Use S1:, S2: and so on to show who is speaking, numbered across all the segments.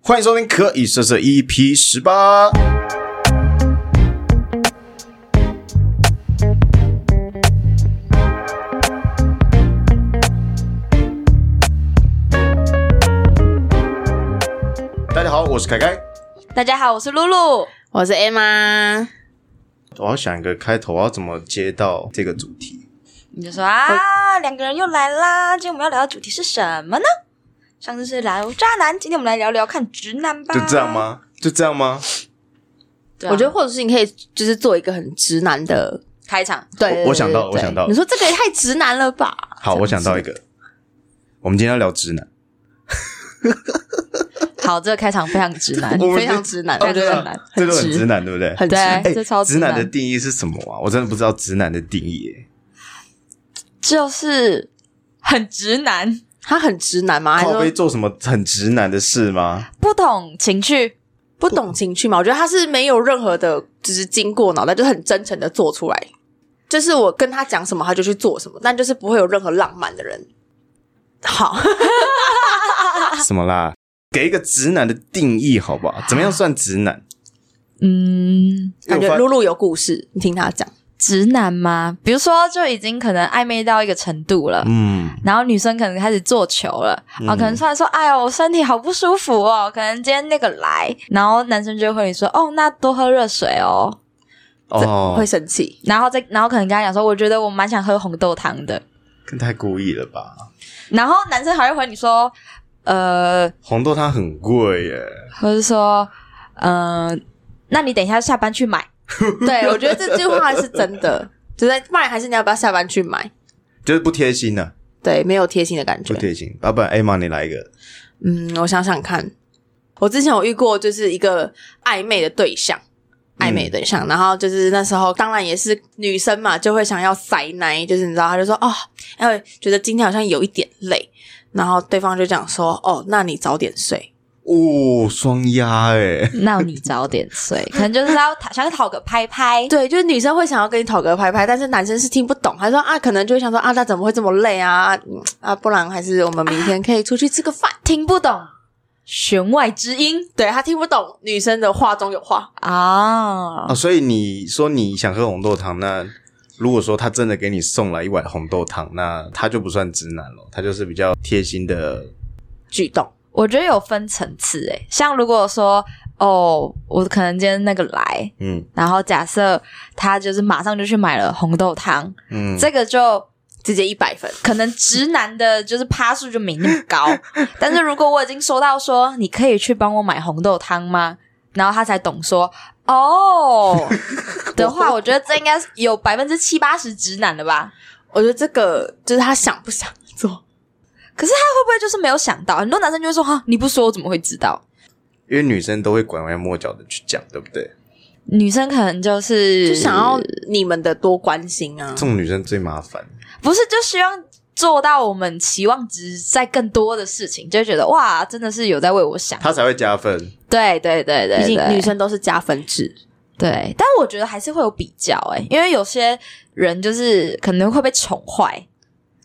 S1: 欢迎收听《可以色色 EP 十八》。大家好，我是凯凯。
S2: 大家好，我是露露。
S3: 我是 Emma，
S1: 我要想一个开头，我要怎么接到这个主题？
S2: 你就说啊，两个人又来啦，今天我们要聊的主题是什么呢？上次是聊渣男，今天我们来聊聊看直男吧。
S1: 就这样？吗？就这样吗？
S2: 对啊、
S3: 我觉得或者是你可以就是做一个很直男的，
S2: 开场
S3: 对
S1: 我我想到我想到
S3: 你说这个也太直男了吧？
S1: 好，我想到一
S3: 个，
S1: 个，我们今天要聊直男。
S2: 好，这个开场非常直男
S1: 我们
S3: 非常直男，
S2: 哦
S3: 我觉
S2: 对
S3: 得
S2: 啊
S1: 这
S3: 很
S1: 都很直
S3: 直，
S1: 男，对不对？
S3: 很直。
S2: 对
S1: 哎
S2: 这超直
S1: 直
S2: 男
S1: 男的定义是什么啊？我真的不知道直男的定义耶。
S2: 就是很直男，
S3: 他很直男吗？还是
S1: 靠背
S3: 说
S1: 做什么很直男的事吗？
S2: 不懂情趣，
S3: 不懂情趣吗？我觉得他是没有任何的，就是经过脑袋，就很真诚的做出来。就是我跟他讲什么，他就去做什么，但就是不会有任何浪漫的人。 好，啊
S1: 什么啦？给一个直男的定义好不好？怎么样算直男？
S2: 嗯，
S1: 因为
S3: 感
S1: 我
S3: 觉
S1: 发
S3: 露啊露有故事，你听他讲。
S2: 直男吗？比如说，就已经可能暧昧到一个程度了。
S1: 嗯，
S2: 然后女生可能开始做球了，
S1: 嗯
S2: 然后可能突然说：“哎呦，我身体好不舒服哦。”可能今天那个来，然后男生就会说：“哦，那多喝热水哦。
S1: 哦
S3: 会，生气，”
S2: 然后再然后可能跟他讲说：“我觉得我蛮想喝红豆汤的。
S1: 更太故意了吧？”
S2: 然后男生还会回你说：“呃，
S1: 红豆汤很贵耶，
S2: 或者说，呃，那你等一下下班去买。
S3: 对我觉得这句话是真 的，就在不然还是你要不要下班去买？
S1: 就是不贴心呢、啊，
S3: 对，没有贴心的感
S1: 不
S3: 觉。
S1: 贴心。啊要不然，艾玛你来一个，
S3: 嗯，我想想看，我之前有遇过就是一个暧昧的对象，
S1: 嗯
S3: 暧昧的对象，然后就是那时候当然也是女生嘛，就会想要塞奶，就是你知道，她就说哦，因为觉得今天好像有一点累，然后对方就讲说哦，那你早点睡，
S1: 哦，双压哎，
S2: 那你早点睡，可能就是要讨想讨个拍拍。
S3: 对，就是女生会想要跟你讨个拍拍，但是男生是听不懂，他说啊，可能就会想说啊，那怎么会这么累啊？嗯啊，不然还是我们明天可以出去吃个饭。
S2: 听不懂弦外之音
S3: 对他听不懂女生的话中有话，
S2: 啊
S1: 啊，所以你说你想喝红豆汤，那如果说他真的给你送来一碗红豆汤，那他就不算直男了，他就是比较贴心的。
S3: 举动。
S2: 我觉得有分层次诶，像如果说哦，我可能今天那个来，
S1: 嗯
S2: 然后假设他就是马上就去买了红豆汤，
S1: 嗯，
S2: 这个就
S3: 直接一百分，
S2: 可能直男的就是趴数就没那么高。但是如果我已经收到说你可以去帮我买红豆汤吗？然后他才懂说哦的话，我觉得这应该是有百分之七八十直男的吧。
S3: 我觉得这个就是他想不想做，
S2: 可是他会不会就是没有想到？很多男生就会说：“哈，你不说我怎么会知道？”
S1: 因为女生都会拐弯抹角的去讲，对不对？
S2: 女生可能就是
S3: 就想要你们的多关心啊
S1: 这。种女生最麻烦。
S2: 不是就希望做到我们期望值在更多的事情，就会觉得哇，真的是有在为我想。
S1: 他才会加分。
S2: 对对对对
S3: 毕竟
S2: 对，
S3: 女生都是加分制，
S2: 对，但我觉得还是会有比较哎、因为有些人就是可能会被宠坏。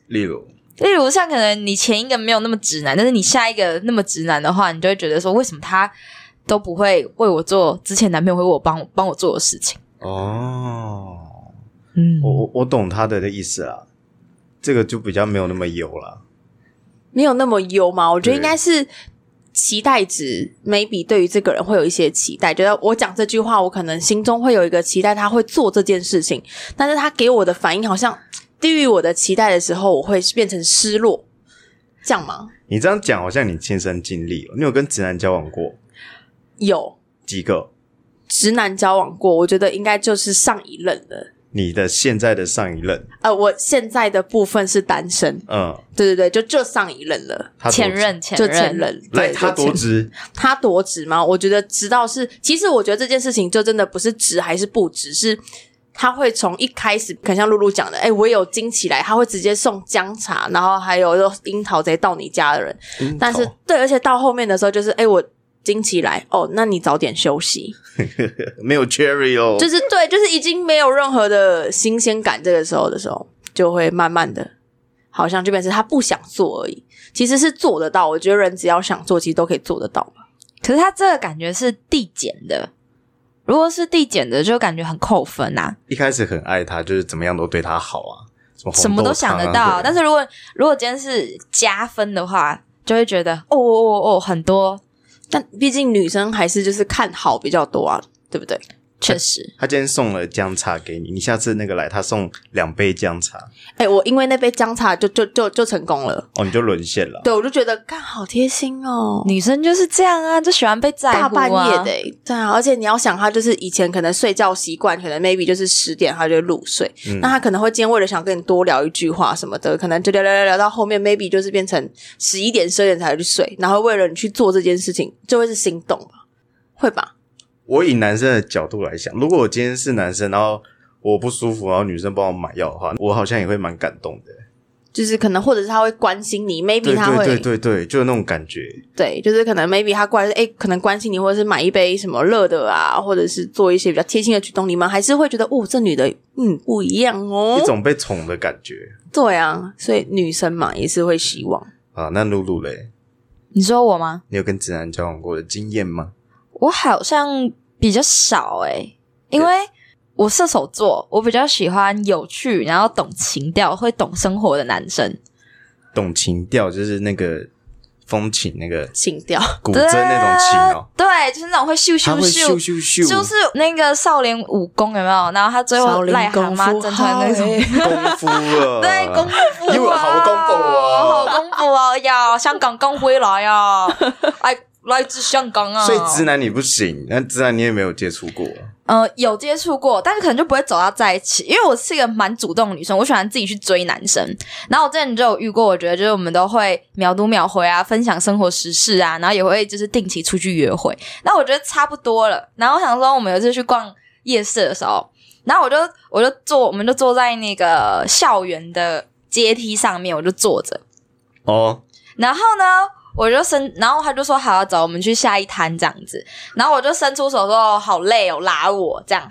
S1: 例如，
S2: 例如像可能你前一个没有那么直男，但是你下一个那么直男的话，你就会觉得说，为什么他都不会为我做之前男朋友会为我帮我帮我做的事情？
S1: 哦，
S2: 嗯
S1: 我我我懂他的意思啦，这个就比较没有那么油啦。
S3: 没有那么优嘛。我觉
S1: 对
S3: 得应该是期待值，maybe 对于这个人会有一些期待，觉得我讲这句话，我可能心中会有一个期待，他会做这件事情，但是他给我的反应好像低于我的期待的时候，我会变成失落，这样吗？
S1: 你这样讲好像你亲身经历哦，你有跟直男交往过
S3: 有
S1: 几个？
S3: 直男交往过，我觉得应该就是上一任了。
S1: 你的现在的上一任，
S3: 呃，我现在的部分是单身，
S1: 嗯，
S3: 对对对，就就上一任了，
S1: 他多
S2: 前，任前
S3: 就
S2: 任
S3: 前任。
S1: 来
S3: 对
S1: 他
S3: 就
S1: 多
S3: 前
S1: 直，
S3: 他多直吗？我觉得直到是，其实我觉得这件事情就真的不是直还是不直，是他会从一开始，可能像露露讲的，哎、我有惊起来，他会直接送姜茶，然后还有樱桃直接到你家的人，
S1: 嗯
S3: 但是
S1: 好
S3: 对，而且到后面的时候就是，哎、我惊起来，哦，那你早点休息，
S1: 没有 cherry 哦，
S3: 就是对，就是已经没有任何的新鲜感。这个时候的时候，就会慢慢的，好像就变成他不想做而已。其实是做得到，我觉得人只要想做，其实都可以做得到嘛。
S2: 可是他这个感觉是递减的，如果是递减的，就感觉很扣分啊，
S1: 一开始很爱他，就是怎么样都对他好啊，什么、
S2: 什么都
S1: 啊
S2: 想得到。但
S1: 是
S2: 是如果如果今天是加分的话，就会觉得哦哦哦哦，很多
S3: 但毕竟女生还是就是看好比较多啊，对不对？
S2: 确实
S1: 他今天送了姜茶给你，你下次那个来他送两杯姜茶，
S3: 哎，我因为那杯姜茶就就就就成功了，
S1: 哦，你就沦陷了。
S3: 对我就觉得看好贴心哦，
S2: 女生就是这样啊，就喜欢被在乎、啊、
S3: 大半夜的、欸，对啊，而且你要想，他就是以前可能睡觉习惯，可能 maybe 就是十点他就会入睡，
S1: 嗯
S3: 那他可能会今天为了想跟你多聊一句话什么的，可能就聊聊聊聊到后面 maybe 就是变成十一点、十二点才去睡，然后为了你去做这件事情，就会是心动吧，会吧？
S1: 我以男生的角度来想，如果我今天是男生，然后我不舒服，然后女生帮我买药的话，我好像也会蛮感动的。
S3: 就是可能，或者是他会关心你，maybe
S1: 对
S3: 他会
S1: 对对对对，就是那种感觉。
S3: 对就是可能 maybe 他过来，哎、可能关心你，或者是买一杯什么热的啊，或者是做一些比较贴心的举动，你们还是会觉得，哦，这女的，嗯，不一样哦
S1: 一，种被宠的感觉
S3: 对啊，所以女生嘛也是会希望。
S1: 啊。那露露嘞，
S2: 你说我吗？
S1: 你有跟直男交往过的经验吗？
S2: 我好像比较少诶、因为我射手座，我比较喜欢有趣，然后懂情调、会懂生活的男生。
S1: 懂情调就是那个风情，那个
S3: 情 调，
S1: 古筝那种情哦，
S2: 对，就是那种会咻
S1: 他
S2: 咻
S1: 会咻
S2: 咻，
S1: 咻咻，
S2: 就是那个少林武功有没有？然后他最后癞蛤蟆侦探那 种，
S1: 功夫了，
S2: 对，功夫、啊，
S1: 又有好功夫
S2: 好
S1: 哦。
S2: 功夫哦呀！香港刚回来啊，来来自香港 啊，
S1: 所以直男你不行，那直男你也没有接触过，
S2: 呃，有接触过，但是可能就不会走到在一起，因为我是一个蛮主动的女生，我喜欢自己去追男生。然后我之前就有遇过，我觉得就是我们都会秒读秒回啊，分享生活时事啊，然后也会就是定期出去约会。那我觉得差不多了。然后我想说，我们有一次去逛夜市的时候，然后我就我就坐，我们就坐在那个校园的阶梯上面，我就坐着。
S1: 哦，
S2: 然后呢，我就伸，然后他就说好要走，我们去下一摊这样子。然后我就伸出手说哦好累哦，拉我这样。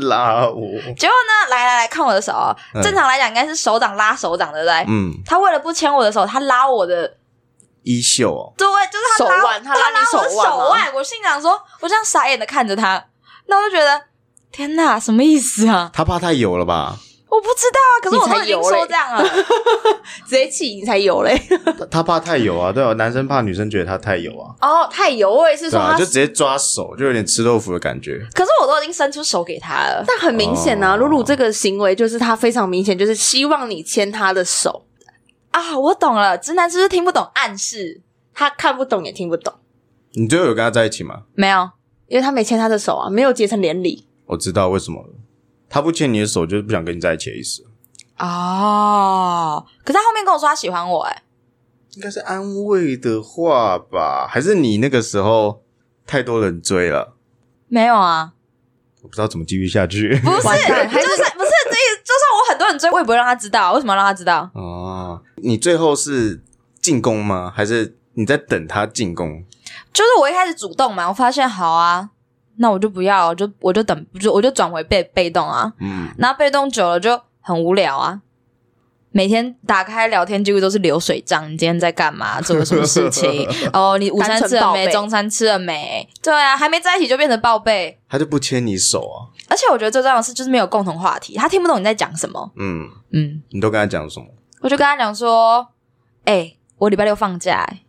S1: 拉我，
S2: 结果呢，来来来看我的手哦，
S1: 嗯
S2: 正常来讲应该是手掌拉手掌，对不对？
S1: 嗯，
S2: 他为了不牵我的手，他拉我的，
S1: 衣袖哦，
S2: 对，就是他
S3: 手
S2: 拉
S3: 腕
S2: 他
S3: 他拉你
S2: 我的
S3: 手腕吗啊
S2: 手腕。我心想说，我这样傻眼的看着他，那我就觉得天哪，什么意思 啊？
S1: 他怕太油了吧？
S2: 我不知道啊，可是我
S3: 你才
S2: 都已经
S3: 有
S2: 说
S3: 嘞
S2: 这样了，
S3: 直接气你才 有嘞。
S1: 他他怕太油啊，对啊，男生怕女生觉得他太油啊，
S3: 哦，太油我也是
S1: 对
S3: 说
S1: 啊，
S3: 他
S1: 就直接抓手，就有点吃豆腐的感觉。
S2: 可是我都已经伸出手给他了。
S3: 但很明显啊，
S1: 哦
S3: 露露这个行为就是他非常明显，就是希望你牵他的手，
S2: 啊，我懂了，直男是不是听不懂暗示？
S3: 他看不懂也听不懂，
S1: 你最后有跟他在一起吗？
S2: 没有，
S3: 因为他没牵他的手啊，没有结成连理。
S1: 我知道为什么了，他不牵你的手就是不想跟你在一起的意思，
S2: 哦，可是他后面跟我说他喜欢我、欸，哎，
S1: 应该是安慰的话吧？还是你那个时候太多人追了，
S2: 没有啊，
S1: 我不知道怎么继续下去。
S2: 不是，
S3: 完蛋还
S2: 就是是不是这意思，就算我很多人追，我也不会让他知道，为什么要让他知道？
S1: 哦，你最后是进攻吗？还是你在等他进攻？
S2: 就是我一开始主动嘛，我发现好啊，那我就不要，我就我就等，就我就转为被被动啊，
S1: 嗯，
S2: 那被动久了就很无聊啊。每天打开聊天记录都是流水账，你今天在干嘛？做了什么事情？哦，你午餐吃了没？
S3: 单纯报备
S2: 中餐吃了没？对啊，还没在一起就变成报备。
S1: 他就不牵你手啊。
S2: 而且我觉得最重要的是，就是没有共同话题，他听不懂你在讲什么。
S1: 嗯，
S2: 嗯，
S1: 你都跟他讲什么？
S2: 我就跟他讲说：“哎、我礼拜六放假、欸，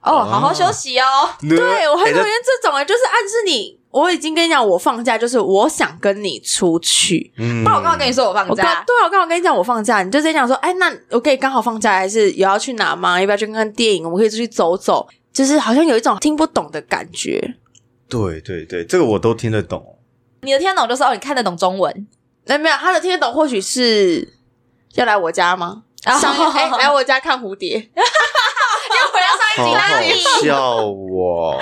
S2: 哦，好好休息哦。
S3: 对我很讨
S1: 哎
S3: 厌这种哎、就是暗示你，我已经跟你讲我放假，就是我想跟你出去。
S1: 那嗯
S2: 不然我刚好跟你说我放
S3: 我刚
S2: 假，
S3: 对啊，我刚好跟你讲我放假，你就直接讲说，哎，那我可以刚好放假，还是有要去哪吗？要不要去看看电影？我们可以出去走走，就是好像有一种听不懂的感觉。
S1: 对对对，这个我都听得懂。
S2: 你的听得懂就是哦，你看得懂中文。
S3: 那没有他的听得懂，或许是要来我 家吗？
S2: 哦
S3: 商业哎、来我家看蝴蝶，
S2: 又回到
S1: 好
S2: 上一集啦，
S1: 好
S2: 你
S1: 笑哦！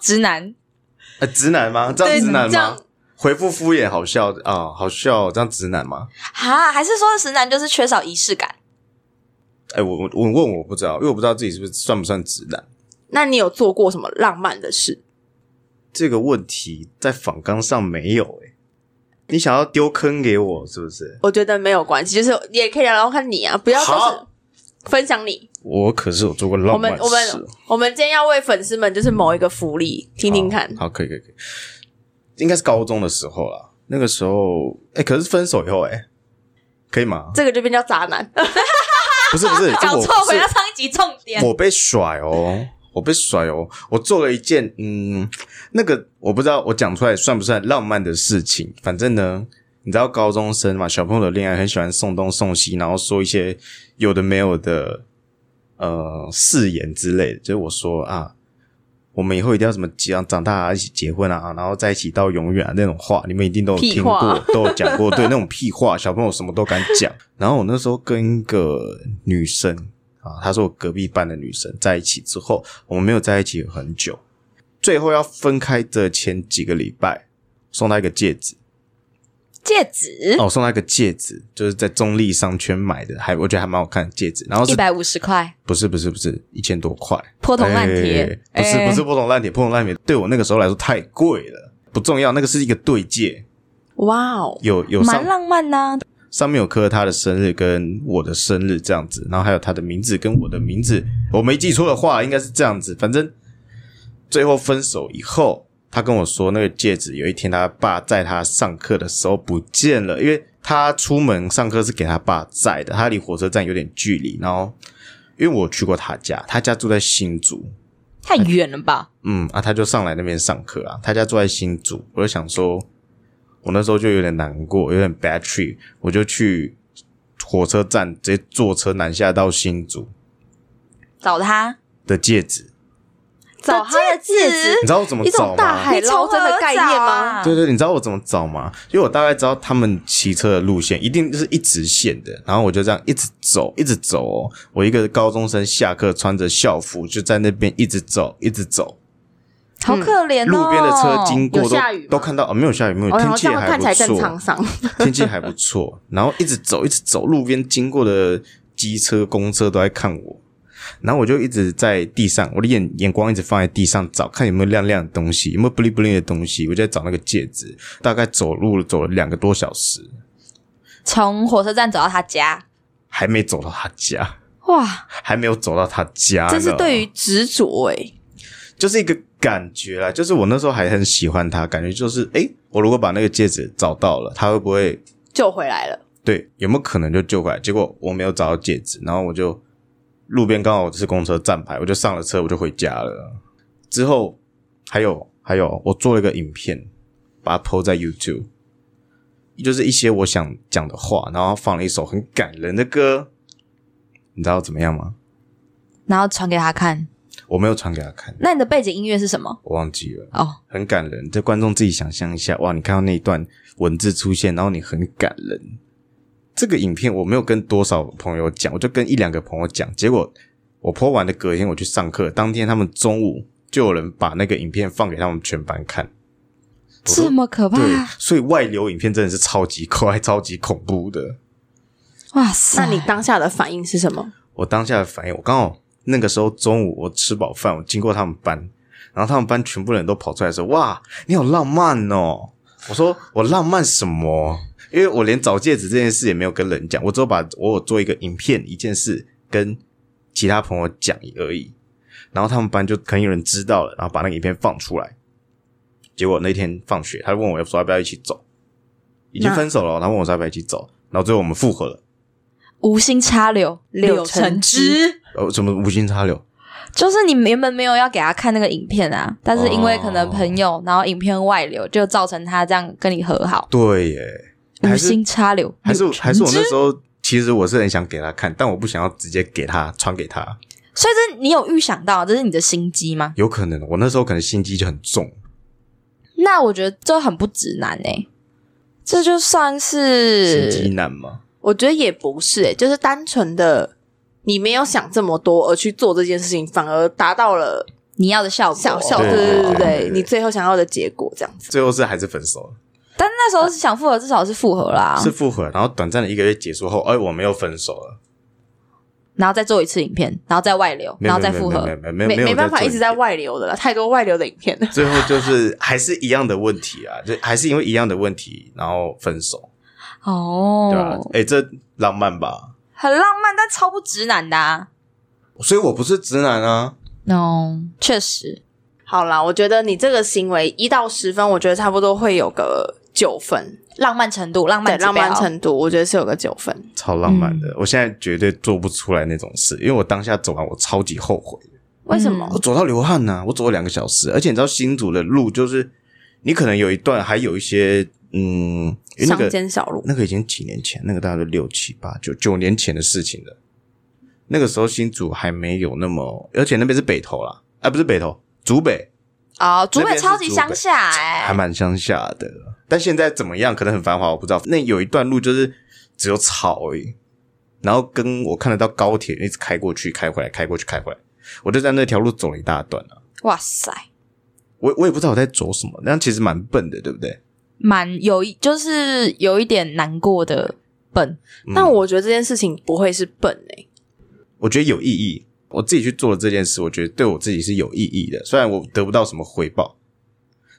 S2: 直男。
S1: 呃，直男吗？这样
S3: 对
S1: 直男
S3: 这
S1: 吗
S3: 样？
S1: 回复敷衍好笑啊、好笑、这样直男吗？
S2: 哈，还是说直男就是缺少仪式感？
S1: 哎、我我我问我不知道，因为我不知道自己是不是算不算直男。
S3: 那你有做过什么浪漫的事？
S1: 这个问题在访纲上没有哎、你想要丢坑给我是不是？
S3: 我觉得没有关系，就是也可以聊聊看你啊，不要都是
S1: 好
S3: 分享你。
S1: 我可是有做过
S3: 我
S1: 浪
S3: 们
S1: 漫
S3: 我
S1: 事
S3: 们。我们今天要为粉丝们就是谋一个福利，听听看。
S1: 好，好可以可以可以，应该是高中的时候啦。那个时候，哎、可是分手以后、哎，可以吗？
S3: 这个就变叫渣 男，
S1: 不 是不是，这
S2: 搞
S1: 我
S2: 错，回到
S1: 是
S2: 上一集重点。
S1: 我被甩哦，我被甩哦，我做了一件嗯，那个我不知道我讲出来算不算浪漫的事情，反正呢。你知道高中生嘛？小朋友的恋爱很喜欢送东送西，然后说一些有的没有的呃誓言之类的。就是我说啊，我们以后一定要怎么结长大啊，一起结婚啊，然后在一起到永远啊那种话，你们一定都有
S3: 屁
S1: 听
S3: 话
S1: 过， 都有讲过，对那种屁话，小朋友什么都敢讲。然后我那时候跟一个女生啊，她是我隔壁班的女生，在一起之后，我们没有在一起很久，最后要分开的前几个礼拜，送她一个戒指。
S2: 戒指
S1: 哦，我送她一个戒指，就是在中立商圈买的，还我觉得还蛮好看的戒指。然后
S2: 一
S1: 是
S2: 百五十块，
S1: 不是不是不是一千多块？
S2: 破铜烂铁。
S1: 哎不是
S2: 哎
S1: 不是破铜烂铁，破铜烂铁对我那个时候来说太贵了，不重要。那个是一个对戒，
S3: 哇哦！
S1: 有有上
S2: 蛮浪漫呐、
S1: 上面有刻他的生日跟我的生日这样子，然后还有他的名字跟我的名字，我没记错的话应该是这样子。反正最后分手以后，他跟我说那个戒指有一天他爸在他上课的时候不见了，因为他出门上课是给他爸载的，他离火车站有点距离。然后因为我去过他家，他家住在新竹，
S2: 太远了吧？
S1: 嗯啊，他就上来那边上课啊，他家住在新竹，我就想说，我那时候就有点难过，有点 bad trip，我就去火车站直接坐车南下到新竹
S2: 找他，
S1: 的戒指，
S3: 找他的戒指，
S1: 你知道我怎么
S3: 一
S1: 找
S3: 种大
S1: 吗？
S3: 海啊捞针的概念吗？
S1: 对对，你知道我怎么找吗？因为我大概知道他们骑车的路线一定就是一直线的，然后我就这样一直走，一直走、哦。我一个高中生下课穿着校服就在那边一直走，一直走。
S2: 好可怜哦！
S1: 路边的车经过
S3: 哎
S1: 都
S3: 有下雨吗
S1: 都看到，哦，没有下雨，没有
S3: 哦，然
S1: 天
S3: 后
S1: 气
S3: 这样
S1: 还
S3: 看
S1: 不
S3: 起来更
S1: 错
S3: 沧，桑。
S1: 天气还不 错，然后一直走，一直走，路边经过的机车、公车都在看我，然后我就一直在地上，我的眼眼光一直放在地上找，看有没有亮亮的东西，有没有 bling bling 的东西，我就在找那个戒指。大概走路走了两个多小时，
S2: 从火车站走到他家，
S1: 还没走到他家，
S2: 哇，
S1: 还没有走到他家呢。
S3: 这是对于执着哎，
S1: 就是一个感觉啦，就是我那时候还很喜欢他，感觉就是诶，我如果把那个戒指找到了，他会不会
S3: 救回来了。
S1: 对，有没有可能就救回来？结果我没有找到戒指，然后我就路边刚好是公车站牌，我就上了车，我就回家了。之后还有还有，我做了一个影片，把它 PO 在 YouTube，就是一些我想讲的话，然后放了一首很感人的歌，你知道怎么样吗？
S2: 然后传给他看。
S1: 我没有传给他看，
S2: 那你的背景音乐是什么？
S1: 我忘记了，
S2: 哦，
S1: 很感人。这观众自己想象一下，哇，你看到那一段文字出现，然后你很感人。这个影片我没有跟多少朋友讲，我就跟一两个朋友讲。结果我播完的隔天我去上课，当天他们中午就有人把那个影片放给他们全班看。我说
S2: 这么可怕
S1: 对，，所以外流影片真的是超级快、超级恐怖的。
S2: 哇塞！
S3: 那你当下的反应是什么？
S1: 我当下的反应，我刚好那个时候中午我吃饱饭，我经过他们班，然后他们班全部人都跑出来说：“哇，你好浪漫哦！”我说：“我浪漫什么？因为我连找戒指这件事也没有跟人讲，我只有把我有做一个影片一件事跟其他朋友讲而已。然后他们班就可能有人知道了，然后把那个影片放出来。结果那天放学，他就问我说要不要一起走，已经
S3: 那
S1: 分手了，他问我说要不要一起走，然后最后我们复合了。
S2: 无心插柳，
S3: 柳
S2: 橙
S3: 橙
S2: 汁
S3: 汁，
S1: 呃，什么无心插柳？
S2: 就是你原本没有要给他看那个影片啊，但是因为可能朋
S1: 哦
S2: 友，然后影片外流，就造成他这样跟你和好。
S1: 对耶，
S2: 无
S1: 还是
S2: 心插柳，嗯
S1: 还是
S2: 柳橙
S1: 还是我
S2: 汁
S1: 那时候，其实我是很想给他看，但我不想要直接给他传给他，
S2: 所以这你有预想到，这是你的心机吗？
S1: 有可能我那时候可能心机就很重，
S2: 那我觉得这很不直男哎、这就算
S1: 心机
S2: 是
S1: 男嘛。
S3: 我觉得也不是哎，就是单纯的你没有想这么多而去做这件事情，反而达到了
S2: 你要的效果。
S3: 小效
S1: 对
S3: 对
S1: 对
S3: 对
S1: 对
S3: 对
S1: 对
S3: 对，你最后想要的结果这样子。
S1: 最后是还是分手了，
S2: 但那时候是想复合，至少是复合啦，
S1: 是复合，然后短暂的一个月结束后，哎，我们又分手了，
S2: 然后再做一次影片，然后再外流，
S1: 没有
S2: 然后
S1: 没
S2: 再
S1: 有
S2: 复合
S1: 没。有没有没有
S3: 没
S1: 没有
S3: 没办法
S1: 做
S3: 一直在外流的了，太多外流的影片了。
S1: 最后就是还是一样的问题啊， 就还是因为一样的问题，然后分手，对吧
S2: 哦？，
S1: 哎，这浪漫吧？
S2: 很浪漫，但超不直男的、啊。
S1: 所以我不是直男啊。
S2: No，确实，
S3: 好啦，我觉得你这个行为一到十分，我觉得差不多会有个九分，
S2: 浪漫程度，浪
S3: 对
S2: 漫
S3: 浪漫
S2: 度，
S3: 程度，我觉得是有个九分。
S1: 超浪漫的，我现在绝对做不出来那种事，因为我当下走完我超级后悔，
S2: 为什么？
S1: 我走到流汗呐、我走了两个小时，而且你知道新竹的路就是，你可能有一段还有一些嗯，因为那
S3: 乡
S1: 个
S3: 间小路，
S1: 那个已经几年前，那个大概都六七八九九年前的事情了。那个时候新竹还没有那么，而且那边是北投啦，啊不是北投，竹北
S2: 哦，竹
S1: 那边
S2: 北
S1: 是
S2: 超级
S1: 竹
S2: 乡
S1: 北
S2: 下哎、
S1: 还蛮乡下的，但现在怎么样？可能很繁华，我不知道。那有一段路就是只有草而已，然后跟我看得到高铁一直开过去、开回来、开过去、开回来，我就在那条路走了一大段啊。
S2: 哇塞，
S1: 我我也不知道我在走什么，那样其实蛮笨的，对不对？
S2: 蛮有一就是有一点难过的笨，
S1: 嗯
S3: 但我觉得这件事情不会是笨哎诶、
S1: 我觉得有意义。我自己去做了这件事，我觉得对我自己是有意义的，虽然我得不到什么回报，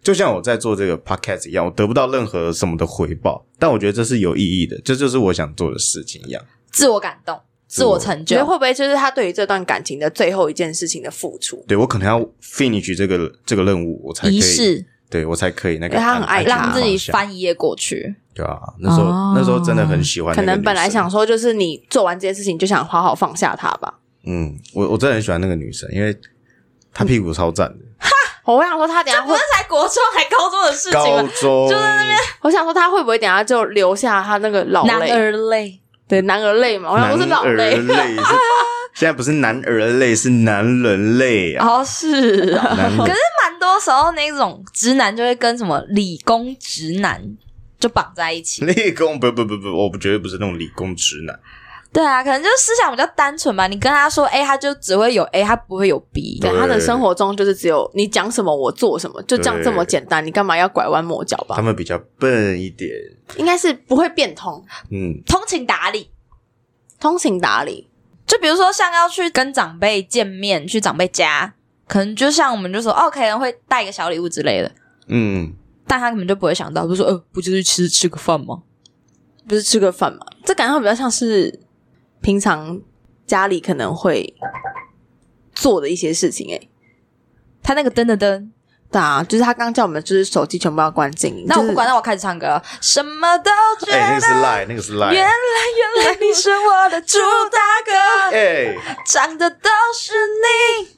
S1: 就像我在做这个 podcast 一样，我得不到任何什么的回报，但我觉得这是有意义的，这就是我想做的事情一样。
S2: 自我感动，自
S1: 自我
S2: 我成
S3: 觉
S2: 就
S3: 得。会不会就是他对于这段感情的最后一件事情的付出？
S1: 对我可能要 finish 这个这个任务，我才可
S2: 仪
S1: 以，
S2: 式
S1: 对我才可以那个
S3: 因为他
S1: 安
S3: 很爱
S1: 安静地
S2: 让自
S1: 放
S2: 己
S1: 下
S2: 翻一页过去，
S1: 对啊，那时候、
S2: 哦
S1: 那时候真的很喜欢那
S3: 可
S1: 个女生，
S3: 能本来想说，就是你做完这件事情就想好好放下他吧。
S1: 嗯，我我真的很喜欢那个女生，因为她屁股超赞的。
S3: 我想说，他等一下会，
S2: 才国中还高中的事
S1: 高中就在那边
S3: 我想说他会不会等一下就留下他那个老
S2: 男
S3: 泪？
S2: 儿泪，
S3: 对，男儿泪嘛，我想说是
S1: 男
S3: 老
S1: 儿
S3: 泪。
S1: 泪是，现在不是男儿泪，是男人泪啊！
S2: 哦是哦，
S1: 男人
S2: 可是蛮多时候那种直男就会跟什么理工直男就绑在一起。
S1: 理工不不不不，我不绝对不是那种理工直男，
S2: 对啊，可能就是思想比较单纯吧。你跟他说 A，他就只会有 A，他不会有 B。
S3: 对
S1: 对
S3: 他的生活中就是只有你讲什么我做什么，就这样
S1: 对
S3: 这么简单，你干嘛要拐弯抹角
S1: 他
S3: 吧？
S1: 们比较笨一点。
S3: 应该是不会变通，
S1: 嗯，
S2: 通情达理，
S3: 通情达理。
S2: 就比如说像要去跟长辈见面，去长辈家，可能就像我们就说哦，可能会带个小礼物之类的，
S1: 嗯，
S2: 但他根本就不会想到，就说呃，不就是吃吃个饭吗？
S3: 不是吃个饭嘛？这感觉比较像是平常家里可能会做的一些事情、欸。哎，
S2: 他那个噔噔噔，
S3: 对啊，就是他刚叫我们，就是手机全部要关静音。
S2: 那我
S3: 就是
S2: 不管，那我开始唱歌了，什么都觉
S1: 哎、那个
S2: 得。
S1: 是赖，那个是赖。
S2: 原来原来你是我的猪大哥，
S1: 哎、
S2: 长的都是你。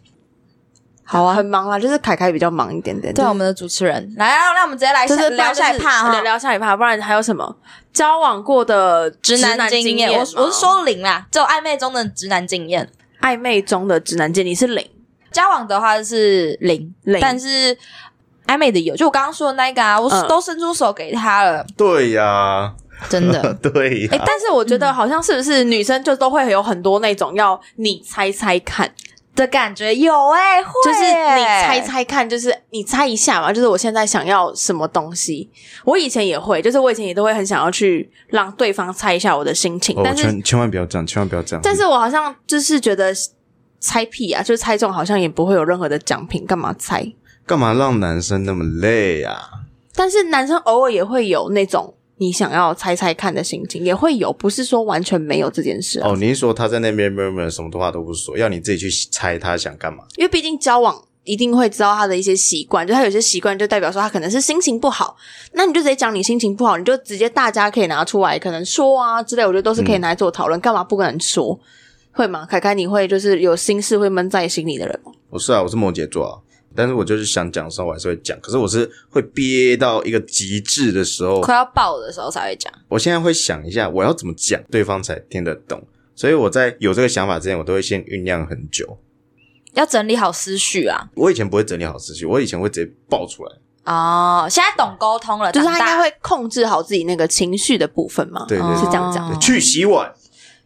S3: 好啊，很忙啦，就是凯凯比较忙一点点。
S2: 对，
S3: 就是
S2: 我们的主持人来啊，让我们直接来
S3: 就是
S2: 聊下一趴
S3: 不然就是
S2: 哈，
S3: 聊聊下一趴，不然还有什么交往过的
S2: 直
S3: 男
S2: 男
S3: 经哦
S2: 经验。我
S3: 吗
S2: 我是说零啦，只有暧昧中的直男经验。
S3: 暧昧中的直男经历是零，
S2: 交往的话是零，
S3: 零
S2: 但是暧昧的有，就我刚刚说的那个啊，我
S3: 嗯
S2: 都伸出手给他了，
S1: 对呀、。
S2: 真的
S1: 对呀、
S3: 哎、但是我觉得好像是不是女生就都会有很多那种要你猜猜看，
S2: 的感觉有哎、会
S3: 就是
S2: 欸
S3: 你猜，猜看，就是你猜一下嘛，就是我现在想要什么东西。我以前也会，就是我以前也都会很想要去让对方猜一下我的心情，
S1: 哦
S3: 但是
S1: 千千万不要这样，千万不要这样。
S3: 但是我好像就是觉得猜屁啊，就是猜中好像也不会有任何的奖品，干嘛猜？
S1: 干嘛让男生那么累啊呀、
S3: 但是男生偶尔也会有那种你想要猜猜看的心情，也会有，不是说完全没有这件事啊、
S1: 哦，你是说他在那边 murmur 什么的话都不说，要你自己去猜他想干嘛？
S3: 因为毕竟交往一定会知道他的一些习惯，就他有些习惯就代表说他可能是心情不好，那你就直接讲你心情不好，你就直接大家可以拿出来，可能说啊之类，我觉得都是可以拿来做讨论，干嘛不跟人说？会吗？凯凯，你会就是有心事会闷在心里的人吗？
S1: 我是啊，我是摩羯座啊，但是我就是想讲的时候我还是会讲，可是我是会憋到一个极致的时候，
S2: 快要爆的时候才会讲。
S1: 我现在会想一下我要怎么讲对方才听得懂，所以我在有这个想法之前，我都会先酝酿很久。
S2: 要整理好思绪啊！
S1: 我以前不会整理好思绪，我以前会直接爆出来，
S2: 哦，现在懂沟通了，
S3: 就是他
S2: 长
S3: 应
S2: 大
S3: 该会控制好自己那个情绪的部分嘛。
S1: 对对对
S3: 是这样讲
S2: 哦
S1: 对去洗碗，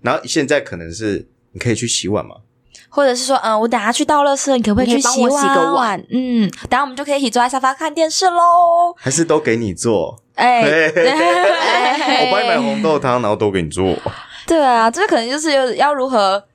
S1: 然后现在可能是你可以去洗碗吗？
S2: 或者是说，嗯，我等下去倒垃圾，你可不可以去
S3: 你可以帮
S2: 洗
S3: 我洗个碗
S2: 碗？嗯，等下我们就可以一起坐在沙发看电视喽。
S1: 还是都给你做？
S2: 哎、
S1: 嘿嘿
S2: 哎
S1: 我帮你买红豆汤，然后都给你做。
S2: 对啊，这可能就是有要如何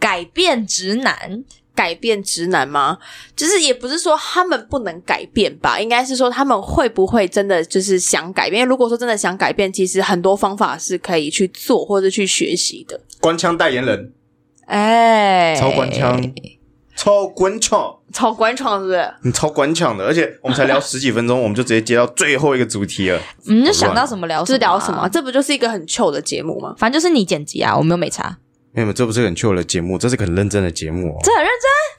S2: 改变直男，
S3: 改变直男吗？就是也不是说他们不能改变吧，应该是说他们会不会真的就是想改变？因为如果说真的想改变，其实很多方法是可以去做或者去学习的。
S1: 官腔代言人，
S2: 哎，
S1: 超官腔，超官腔，
S3: 超官创是不是？
S1: 你超官腔的，而且我们才聊十几 分钟，我们就直接接到最后一个主题了。
S2: 我们就想到什么聊什么啊
S3: 是聊什么？，这不就是一个很糗的节目吗？
S2: 反正就是你剪辑啊，我们又没查，
S1: 没有，这不是很 chill 的节目，这是个很认真的节目哦，
S2: 这很认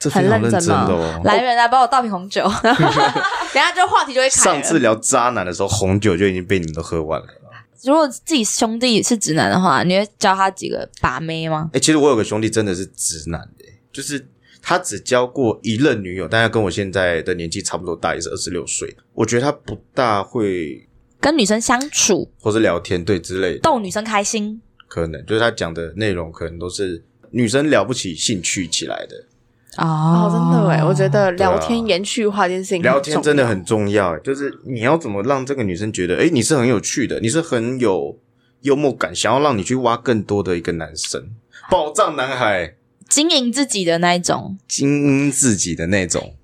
S1: 这非常
S3: 很认
S1: 认
S3: 真
S1: 真的
S2: 真。
S1: 哦。
S2: 来人啊，帮我倒瓶红酒。
S3: 等一下这话题就会开
S1: 上
S3: 了。
S1: 次聊渣男的时候，红酒就已经被你们都喝完了。
S2: 如果自己兄弟是直男的话，你会教他几个把妹吗？
S1: 哎、其实我有个兄弟真的是直男的、就是他只交过一任女友，但他跟我现在的年纪差不多大，也是二十六岁。我觉得他不大会，
S2: 跟女生相处，
S1: 或是聊天对之类的，
S2: 逗女生开心，
S1: 可能就是他讲的内容可能都是女生了不起兴趣起来的。
S2: 哦
S3: 哦，真的哎，我觉得
S1: 对啊
S3: 聊天延续化这件事情很重要，
S1: 聊天真的很重要、欸，就是你要怎么让这个女生觉得，哎、你是很有趣的，你是很有幽默感，想要让你去挖更多的一个男生，宝藏男孩，
S2: 经营自己的那一种
S1: 精英自己的那种，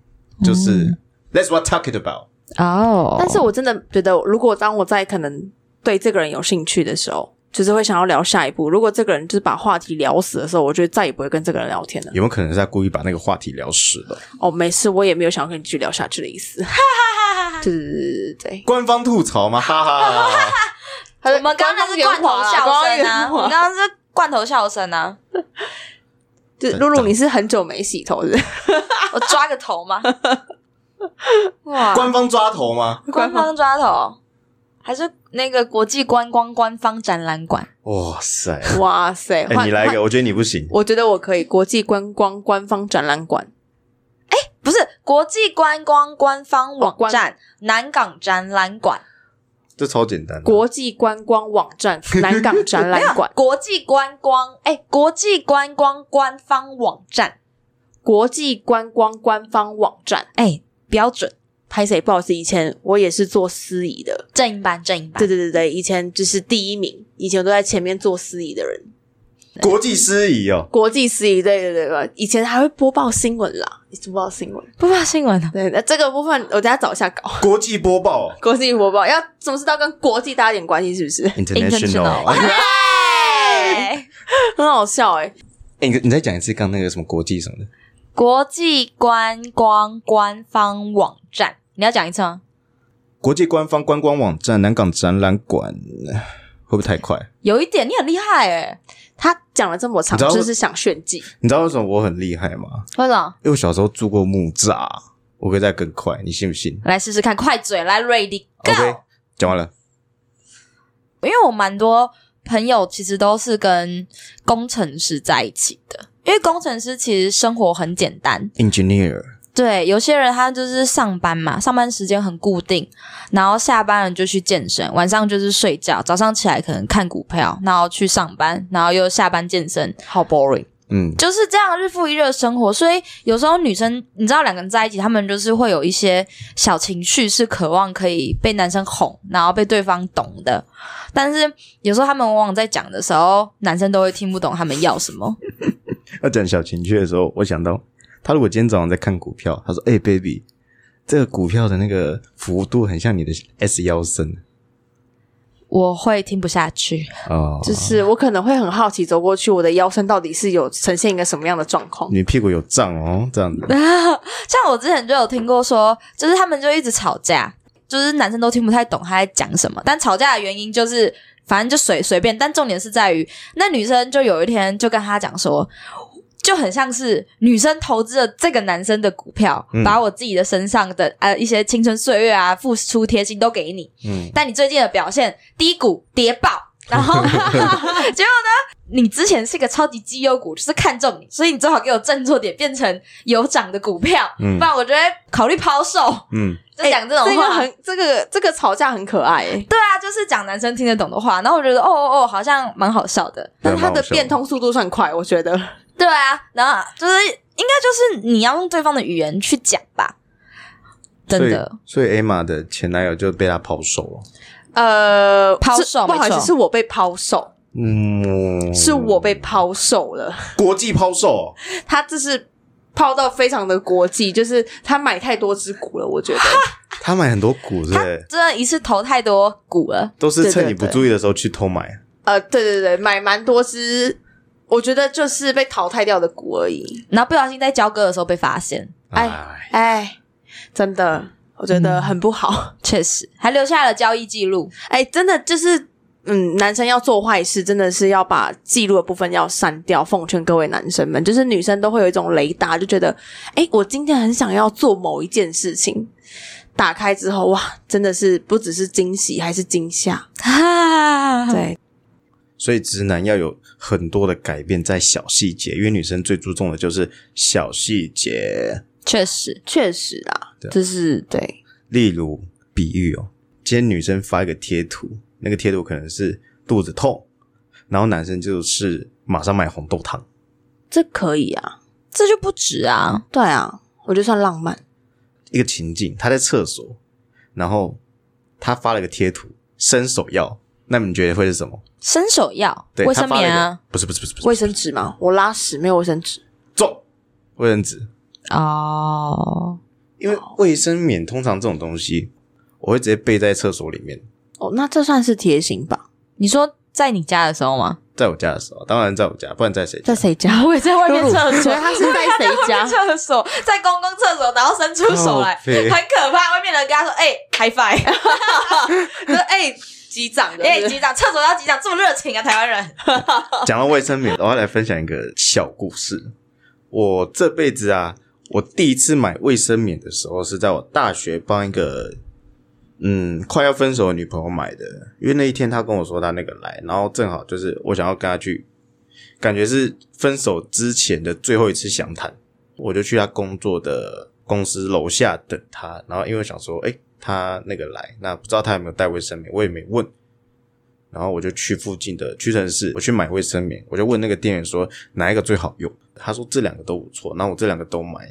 S1: 就是、That's what talk it about。
S2: 哦
S3: 但是我真的觉得，如果当我在可能对这个人有兴趣的时候，就是会想要聊下一步。如果这个人就是把话题聊死的时候，我就再也不会跟这个人聊天了。
S1: 有没有可能是他故意把那个话题聊死了？
S3: 哦，没事，我也没有想要跟你继续聊下去的意思。对对对对对，
S1: 官方吐槽吗？哈哈哈哈 哈！
S2: 我们刚刚是罐头笑声啊，我们刚刚是罐头笑声啊，
S3: 就是露露，你是很久没洗头是不是？
S2: 我抓个头吗？哇，
S1: 官方抓头吗？
S2: 官方抓头，还是那个国际观光官方展览馆？
S1: 哇塞！
S3: 哇塞，
S1: 哎、
S3: 换
S1: 你来一，
S3: 换
S1: 个，我觉得你不行。
S3: 我觉得我可以国际观光官方展览馆。
S2: 不是国际观光官方
S3: 哦
S2: 网
S3: 官
S2: 站、南港展览馆，，
S1: 这超简单的。
S3: 国际观光网站南港展览馆
S2: 国际观光哎、国际观光官方网站
S3: 国际观光官方网站。
S2: 哎、标准
S3: 拍谁？不好意思，以前我也是做司仪的。
S2: 正音版正音版
S3: 对，对对对，以前就是第一名，以前都在前面做司仪的人，
S1: 国际司仪哦，
S3: 国际司仪，对对对对，以前还会播报新闻啦，一直播报新闻。啊
S2: 不发新闻了。
S3: 对，那这个部分我等下找一下稿，
S1: 国际播报哦
S3: 国际播报要什么事都要跟国际搭一点关系，是不是？
S1: international。
S2: 哎
S3: 很好笑哎、
S1: 哎、你你再讲一次刚那个什么国际什么的。
S2: 国际观光官方网站，你要讲一次吗？
S1: 国际官方观光网站南港展览馆，呃会不会太快？
S2: 有一点，你很厉害哎、
S3: 他讲了这么长，
S1: 你知道哦
S3: 就是想炫技，
S1: 你知道为什么我很厉害吗？
S2: 会长，
S1: 因为我小时候住过木栅，我可以再更快，你信不信
S2: 来试试看，快嘴，来 ready go。
S1: ？OK，讲完了。
S2: 因为我蛮多朋友其实都是跟工程师在一起的，因为工程师其实生活很简单。
S1: Engineer，
S2: 对，有些人他就是上班嘛，上班时间很固定，然后下班了就去健身，晚上就是睡觉，早上起来可能看股票，然后去上班，然后又下班健身，
S3: 好 boring。
S1: 嗯，
S2: 就是这样日复一日的生活。所以有时候女生，你知道两个人在一起，他们就是会有一些小情绪，是渴望可以被男生哄，然后被对方懂的。但是有时候他们往往在讲的时候，男生都会听不懂他们要什么。
S1: 要讲小情趣的时候，我想到他如果今天早上在看股票，他说：“哎、b a b y 这个股票的那个幅度很像你的 S 腰身
S2: 我会听不下去，
S1: 哦，
S3: 就是我可能会很好奇走过去，我的腰身到底是有呈现一个什么样的状况？
S1: 你屁股有胀哦，这样子。
S2: 像我之前就有听过说，就是他们就一直吵架，就是男生都听不太懂他在讲什么，但吵架的原因就是。反正就随随便，但重点是在于，那女生就有一天就跟他讲说，就很像是女生投资了这个男生的股票，
S1: 嗯
S2: 把我自己的身上的呃一些青春岁月啊、付出贴心都给你，
S1: 嗯，
S2: 但你最近的表现低谷跌爆，然后结果呢，你之前是一个超级绩优股，就是看中你，所以你最好给我振作点，变成有涨的股票，
S1: 嗯
S2: 不然我就会考虑抛售。
S1: 嗯，
S2: 就讲这种
S3: 这个
S2: 话，
S3: 很这个这个吵架很可爱、欸，
S2: 对啊，就是讲男生听得懂的话。然后我觉得，哦哦哦，好像蛮好笑的。
S3: 但他
S1: 蛮好
S3: 的
S1: 笑
S3: 变通速度算快，我觉得。
S2: 对啊，然后就是应该就是你要用对方的语言去讲吧，真的。
S1: 所以，所以 Emma 的前男友就被他抛售了。
S3: 呃，
S2: 抛
S3: 是
S2: 售
S3: 不好意
S2: 没
S3: 思，
S2: 错
S3: 是我被抛售，
S1: 嗯，
S3: 是我被抛售了。
S1: 国际抛售哦，
S3: 他这是泡到非常的国际，就是他买太多只股了，我觉得
S1: 他买很多股，对不
S2: 他
S1: 对？
S2: 真的一次投太多股了，
S1: 都是
S3: 对
S1: 趁
S3: 对
S1: 你不
S3: 对
S1: 注意的时候去偷买。
S3: 呃，对对对，买蛮多只，我觉得就是被淘汰掉的股而已。
S2: 然后不小心在交割的时候被发现，
S3: 哎
S1: 哎，
S3: 哎，真的，我觉得很不好。
S2: 确实还留下了交易记录。
S3: 哎、真的就是。嗯，男生要做坏事，真的是要把记录的部分要删掉。奉劝各位男生们，就是女生都会有一种雷达，就觉得，哎、我今天很想要做某一件事情，打开之后，哇，真的是不只是惊喜，还是惊吓。
S2: 啊，
S3: 对，
S1: 所以直男要有很多的改变在小细节，因为女生最注重的就是小细节，
S2: 确实，
S3: 确实啊
S1: 对，
S3: 就是对，
S1: 例如比喻哦，今天女生发一个贴图，那个贴图可能是肚子痛，然后男生就是马上买红豆汤，
S3: 这可以啊，
S2: 这就不值啊。
S3: 对啊，我觉得算浪漫。
S1: 一个情境，他在厕所，然后他发了个贴图，伸手要，那你觉得会是什么？
S2: 伸手要
S1: 对，
S2: 卫
S1: 他
S2: 生
S1: 发了一
S2: 棉
S1: 个
S2: 啊，，
S1: 不是不是不是不是
S3: 卫生纸嘛，我拉屎没有卫生纸，
S1: 走卫生纸，
S2: 哦，
S1: 因为卫生棉通常这种东西，我会直接备在厕所里面。
S3: 哦，那这算是贴心吧？
S2: 你说在你家的时候吗？
S1: 在我家的时候，当然在我家，不然在谁家
S3: 在？谁家？ 我也在
S2: 外面厕 所？
S3: 他是在谁家
S2: 厕所，在公共厕所，然后伸出手 来，
S1: 靠北
S2: 很可怕。外面的人跟他说：“哎、h i g h five！” 就哎，
S3: 机长
S2: 哎、局长，厕所要局长这么热情啊，台湾人。
S1: 讲到卫生棉，我要来分享一个小故事。我这辈子啊，我第一次买卫生棉的时候是在我大学帮一个嗯快要分手的女朋友买的，因为那一天她跟我说她那个来，然后正好就是我想要跟她去，感觉是分手之前的最后一次详谈，我就去她工作的公司楼下等她，然后因为想说，哎、她那个来，那不知道她有没有带卫生棉，我也没问，然后我就去附近的屈臣氏，我去买卫生棉，我就问那个店员说哪一个最好用，他说这两个都不错，然后我这两个都买。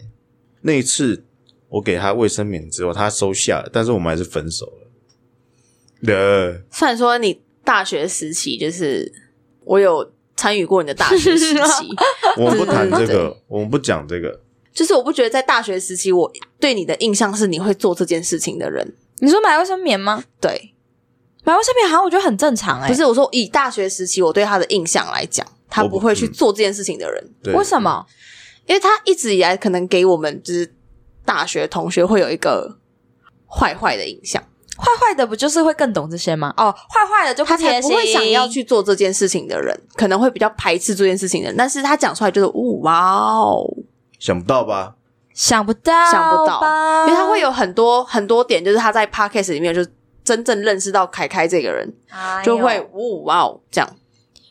S1: 那一次我给他卫生棉之后，他收下了，但是我们还是分手 了。的，
S3: 虽然说你大学时期就是我有参与过你的大学时期，
S1: 我们不谈这
S3: 对对
S1: 个，我们不讲这个。
S3: 就是我不觉得在大学时期我对你的印象是你会做这件事情的人，
S2: 你说买卫生棉吗？
S3: 对，
S2: 买卫生棉好像我觉得很正常哎、
S3: 不是我说以大学时期我对他的印象来讲，他
S1: 我不
S3: 不会去
S1: 嗯
S3: 做这件事情的人。
S1: 对
S2: 为什？么？
S3: 因为他一直以来可能给我们就是大学同学会有一个坏坏的印象，
S2: 坏坏的不就是会更懂这些吗？哦，坏坏的就
S3: 他才
S2: 贴
S3: 不
S2: 心，
S3: 会想要去做这件事情的人，可能会比较排斥这件事情的人。但是他讲出来就是，哦，哇哦，
S1: 想不到吧？
S2: 想不到吧，
S3: 想不到因为他会有很多很多点，就是他在 podcast 里面就真正认识到凯凯这个人，
S2: 哎呦
S3: 就会哦，哇哦这样。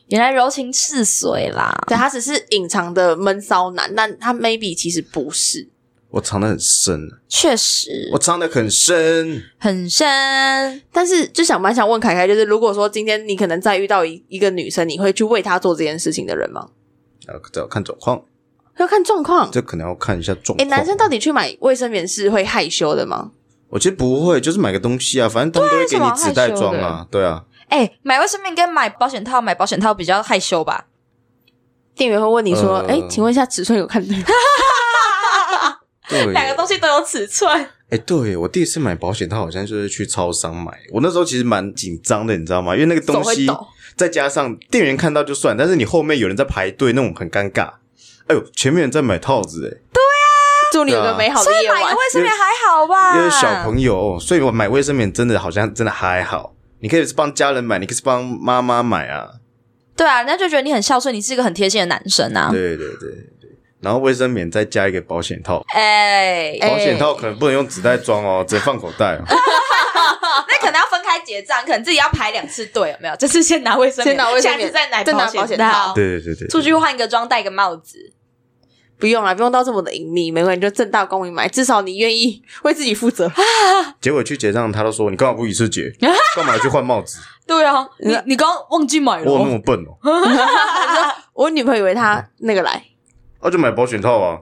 S2: 原来柔情似水啦。
S3: 对他只是隐藏的闷骚男，但他 maybe 其实不是。
S1: 我藏得很深，啊
S2: 确实
S1: 我藏得很深。
S2: 很深，
S3: 但是就想蛮想问凯凯，就是如果说今天你可能再遇到一一个女生，你会去为她做这件事情的人吗？
S1: 啊，这要看状况，
S3: 要看状况。
S1: 这可能要看一下状
S3: 诶，
S1: 况。
S3: 男生到底去买卫生棉是会害羞的吗？
S1: 我其实不会，就是买个东西啊，反正他们都会给
S2: 为
S1: 你
S2: 什么
S1: 纸袋
S2: 害羞
S1: 装
S2: 的
S1: 啊，对啊。
S2: 哎、买卫生棉跟买保险套，买保险套比较害羞吧？
S3: 店员会问你说：“
S1: 呃
S3: 诶，请问一下尺寸有看对吗
S1: 对，
S2: 两个东西都有尺寸，
S1: 哎、对耶我第一次买保险，它好像就是去超商买。我那时候其实蛮紧张的，你知道吗？因为那个东
S3: 手会
S1: 西
S3: 抖，
S1: 再加上店员看到就算，但是你后面有人在排队，那种很尴尬。哎呦，前面人在买套子，欸
S3: 祝你有个美好的夜
S2: 买
S3: 晚
S2: 个卫生棉还好吧？
S1: 哎，因
S3: 啊
S1: 为小朋友，所以我买卫生棉真的好像真的还好。你可以是帮家人买，你可以是帮妈妈买啊。
S2: 对啊，人家就觉得你很孝顺，你是一个很贴心的男生啊。
S1: 对对对对，然后卫生棉再加一个保险套，
S2: 哎、
S3: 哎
S1: 保险套可能不能用纸袋装哦，直接放口袋、 哦。
S2: 那可能要分开结账，可能自己要排两次队，有没有？这次先拿卫生棉，
S3: 先拿卫生
S2: 下
S3: 棉
S2: 次再拿
S3: 再拿
S2: 保
S3: 保险
S2: 套
S3: 套，
S1: 对对对对，
S2: 出去换一个妆，戴一个帽子。
S3: 不用啦，不用到这么的隐秘，没关系，就正大光明买，至少你愿意为自己负责。
S1: 结果去结账，他都说你干嘛不一次 结，干嘛去换帽子？
S2: 对啊，你你刚刚忘记买
S1: 我有那么笨哦、
S3: 我女朋友以为她那个来
S1: 那、哦就买保险套啊。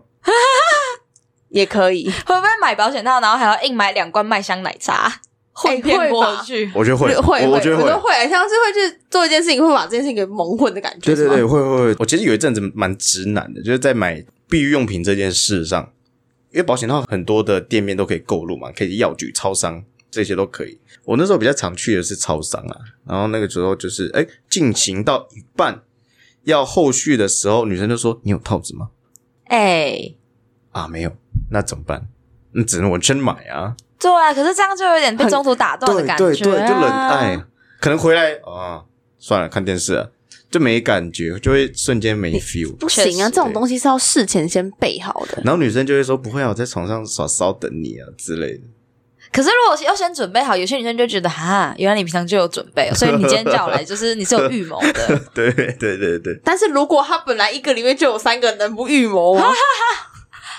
S3: 也可以，
S2: 会不会买保险套，然后还要硬买两罐麦香奶 茶混片过去？
S1: 我觉得会，
S3: 会会，
S1: 我我觉得
S3: 我
S1: 会
S3: 都。会，像是会去做一件事情，会把这件事情给蒙混的感觉。
S1: 对对
S3: 是吗
S1: 对，，会会会。我其实有一阵子蛮直男的，就是在买避孕用品这件事上，因为保险套很多的店面都可以购入嘛，可以去药局、超商这些都可以。我那时候比较常去的是超商啊，然后那个时候就是哎，进行到一半要后续的时候，女生就说：“你有套子吗
S2: 哎、？”
S1: 啊，没有，那怎么办？那只能我真买啊，
S2: 对啊，可是这样就有点被中途打断的
S1: 对
S2: 感觉、啊
S1: 对对，就冷爱， 可能回来啊，算了，看电视啊，就没感觉，就会瞬间没 feel。
S3: 不行啊，
S2: 确实
S3: 这种东西是要事前先备好的。
S1: 然后女生就会说：“不会啊，我在床上耍骚等你啊之类的。
S2: 可是如果要先准备好，有些女生就觉得哈，原来你平常就有准备，所以你今天叫我来，就是你是有预谋 的。
S1: 对”对对对对，
S3: 但是如果他本来一个里面就有三个，能不预谋吗？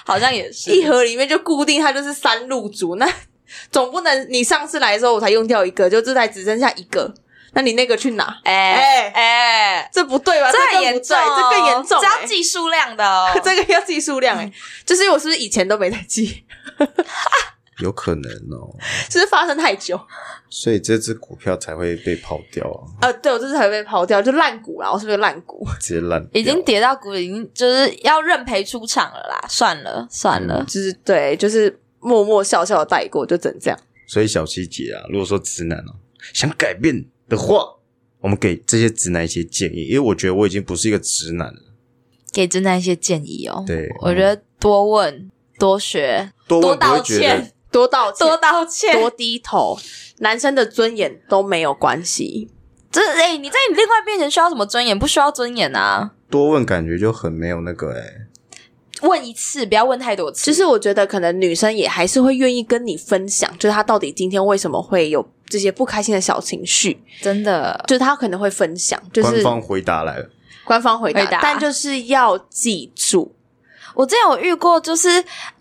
S2: 好像也是。
S3: 一盒里面就固定它就是三入主，那总不能你上次来的时候我才用掉一个，就这才只剩下一个，那你那个去哪？
S2: 哎哎，
S3: 这不对吧？
S2: 这
S3: 更
S2: 很严
S3: 不
S2: 重
S3: 对
S2: 哦，
S3: 这更严重、
S2: 这
S3: 欸
S2: 要。计 数量的哦
S3: 。这个要计数量哎、就是我是不是以前都没在记，
S1: 有可能哦，
S3: 是不是发生太久？
S1: 所以这只股票才会被抛掉啊，
S3: 呃，对我这次还被抛掉，就烂股啦，我是不是烂股？
S1: 直接烂掉，
S2: 已经跌到谷底，已经就是要认赔出场了啦。算了算了，
S3: 就是对，就是默默笑笑的带过，就整这样。
S1: 所以小七姐啊，如果说直男哦、想改变的话，我们给这些直男一些建议，因为我觉得我已经不是一个直男了，
S2: 给真的一些建议哦。
S1: 对嗯
S2: 我觉得多问、多学、
S1: 多
S2: 多
S1: 问不
S2: 道
S1: 会觉得
S2: 歉，
S3: 多道歉，
S2: 多道歉。
S3: 多低头，男生的尊严都没有关系。
S2: 这哎、你在你另外一半面前需要什么尊严？不需要尊严啊！
S1: 多问感觉就很没有那个哎、
S2: 问一次，不要问太多次。
S3: 其实我觉得，可能女生也还是会愿意跟你分享，就是她到底今天为什么会有这些不开心的小情绪，
S2: 真的，
S3: 就是她可能会分享，就是
S1: 官方回答来了，
S3: 官方回答，
S2: 回答
S3: 但就是要记住，
S2: 我之前有遇过，就是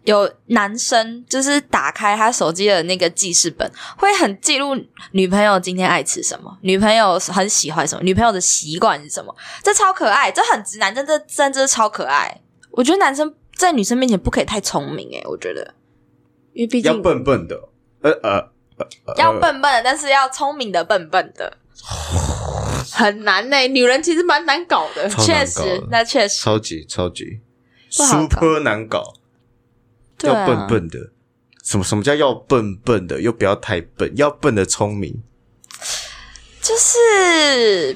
S2: 有男生就是打开他手机的那个记事本，会很记录女朋友今天爱吃什么，女朋友很喜欢什么，女朋友的习惯是什么，这超可爱，这很直男，真的真的超可爱。我觉得男生在女生面前不可以太聪明、欸，我觉得
S3: 因为毕
S1: 要
S3: 竟
S1: 笨笨的，呃呃，呃
S2: 要笨笨的，但是要聪明的笨笨的，
S3: 很难呢、女人其实蛮难搞的。
S1: 超
S2: 确
S1: 难搞
S2: 实
S1: 的，
S2: 那确实，
S1: 超级超级
S2: 不好搞
S1: ，super 难搞。
S2: 对
S1: 要
S2: 啊
S1: 笨笨的。什么什么叫要笨笨的？又不要太笨，要笨的聪明。
S2: 就是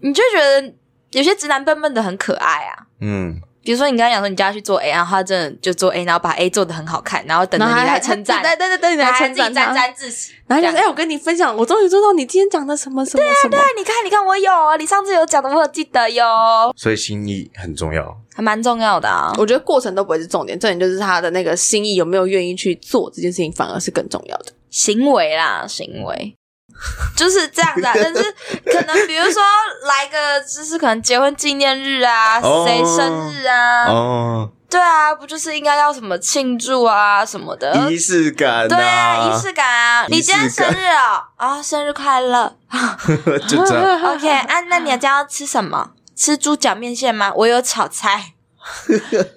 S2: 你就觉得有些直男笨笨的很可爱啊。
S1: 嗯，
S2: 比如说你刚刚讲说你叫他去做 A，然后他真的就做 A，然后把 A 做的很好看，然后等着
S3: 然
S2: 你
S3: 后还
S2: 来称赞，
S3: 对对对对，你来
S2: 还
S3: 称
S2: 自己
S3: 赞
S2: 沾
S3: 她，
S2: 沾自喜。
S3: 然后就
S2: 这
S3: 说：“
S2: 样
S3: 哎，我跟你分享，我终于做到你今天讲的什么什么什么。”
S2: 哎你看，你看，我有啊，你上次有讲的，我有记得哟，
S1: 所以心意很重要。
S2: 还蛮重要的啊。
S3: 我觉得过程都不会是重点，重点就是他的那个心意有没有愿意去做这件事情，反而是更重要的。
S2: 行为啦，行为就是这样的、 啊。但是可能比如说来个，就是可能结婚纪念日啊，
S1: 哦
S2: 谁生日啊，
S1: 哦，
S2: 对啊，不就是应该要什么庆祝啊什么的，
S1: 仪式感、
S2: 对啊，仪式感啊！
S1: 仪
S2: 你
S1: 式
S2: 今
S1: 感
S2: 天生日哦，啊、生日快 乐。
S1: 感就这 样。
S2: OK 啊，那你今天要吃什么？吃猪脚面线吗？我有炒菜。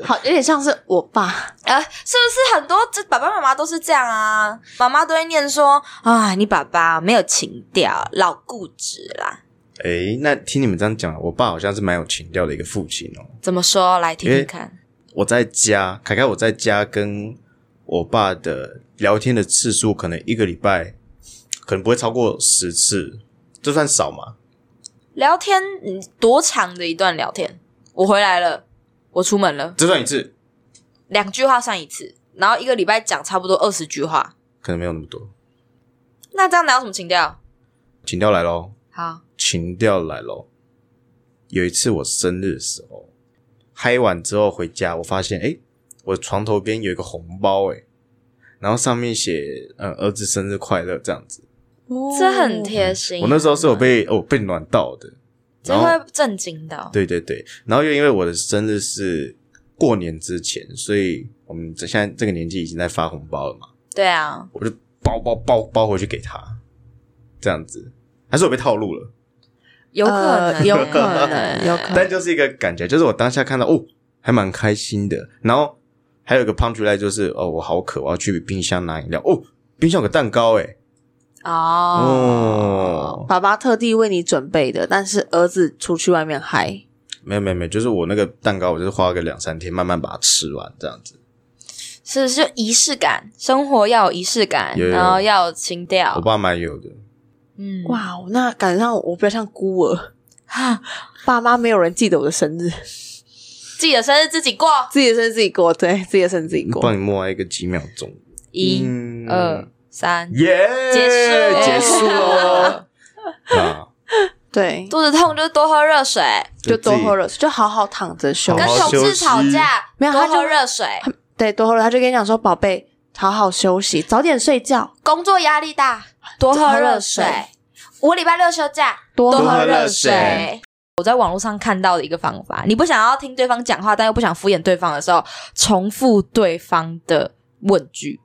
S3: 好，有点像是我爸，
S2: 呃，是不是很多这爸爸妈妈都是这样啊？妈妈都会念说啊，你爸爸没有情调，老固执啦。
S1: 诶，那听你们这样讲，我爸好像是蛮有情调的一个父亲哦。
S2: 怎么说？来听听看。
S1: 我在家，凯凯我在家跟我爸的聊天的次数，可能一个礼拜可能不会超过十次，这算少吗？
S2: 聊天嗯多长的一段聊天？我回来了，我出门了，
S1: 这算一次，
S2: 两句话算一次，然后一个礼拜讲差不多二十句话，
S1: 可能没有那么多。
S2: 那这样哪有什么情调？
S1: 情调来喽。
S2: 好，
S1: 情调来咯。有一次我生日的时候，嗨完之后回家，我发现诶，我床头边有一个红包诶，然后上面写呃儿子生日快乐这样子。
S3: 哦
S2: 这很贴心。啊
S1: 我那时候是有被哦被暖到的，
S2: 这
S1: 然后
S2: 会震惊的哦、
S1: 对对对，然后又因为我的生日是过年之前，所以我们这现在这个年纪已经在发红包了嘛，
S2: 对啊，
S1: 我就包包包包回去给他，这样子，还是我被套路了。
S2: 有可能、
S3: 呃有可 能有可能
S1: 但就是一个感觉，就是我当下看到哦，还蛮开心的。然后还有一个 punch line 就是哦，我好渴，我要去冰箱拿饮料。哦，冰箱有个蛋糕哦哎，
S2: 哦。
S1: 哦，
S3: 爸爸特地为你准备的，但是儿子出去外面嗨，
S1: 没有没有没有，就是我那个蛋糕，我就是花个两三天慢慢把它吃完这样子。
S2: 是就仪式感，生活要有仪式感，
S1: 有有
S2: 然后要有情调
S1: 我。爸妈也有的，
S2: 嗯，哇，
S3: 哇，哦那感觉上我比较像孤儿，爸妈没有人记得我的生日，
S2: 自己的生日自己过。
S3: 自己的生日自己过，对，自己的生日自己过
S1: 帮。你默哀一个几秒钟。
S2: 一、
S1: 嗯
S2: 二、，三，
S1: 耶，
S2: 呃结束
S1: 结束喽。啊，
S3: 对，
S2: 肚子痛就多喝热水。
S3: 就多喝
S1: 了。
S3: 热水，就好好躺着休
S2: 跟
S1: 好好
S2: 同
S1: 休
S2: 事
S1: 息
S2: 吵架，
S3: 没有
S2: 多
S3: 他就
S2: 喝热水。
S3: 对，多喝热，他就跟你讲说，宝贝，好好休息，早点睡觉，
S2: 工作压力大，多喝热水
S3: 多喝热。
S2: 我礼拜六休假，
S3: 多
S2: 多
S1: 喝
S2: 喝热
S1: 热水。
S2: 我在网络上看到的一个方法，你不想要听对方讲话，但又不想敷衍对方的时候，重复对方的问句。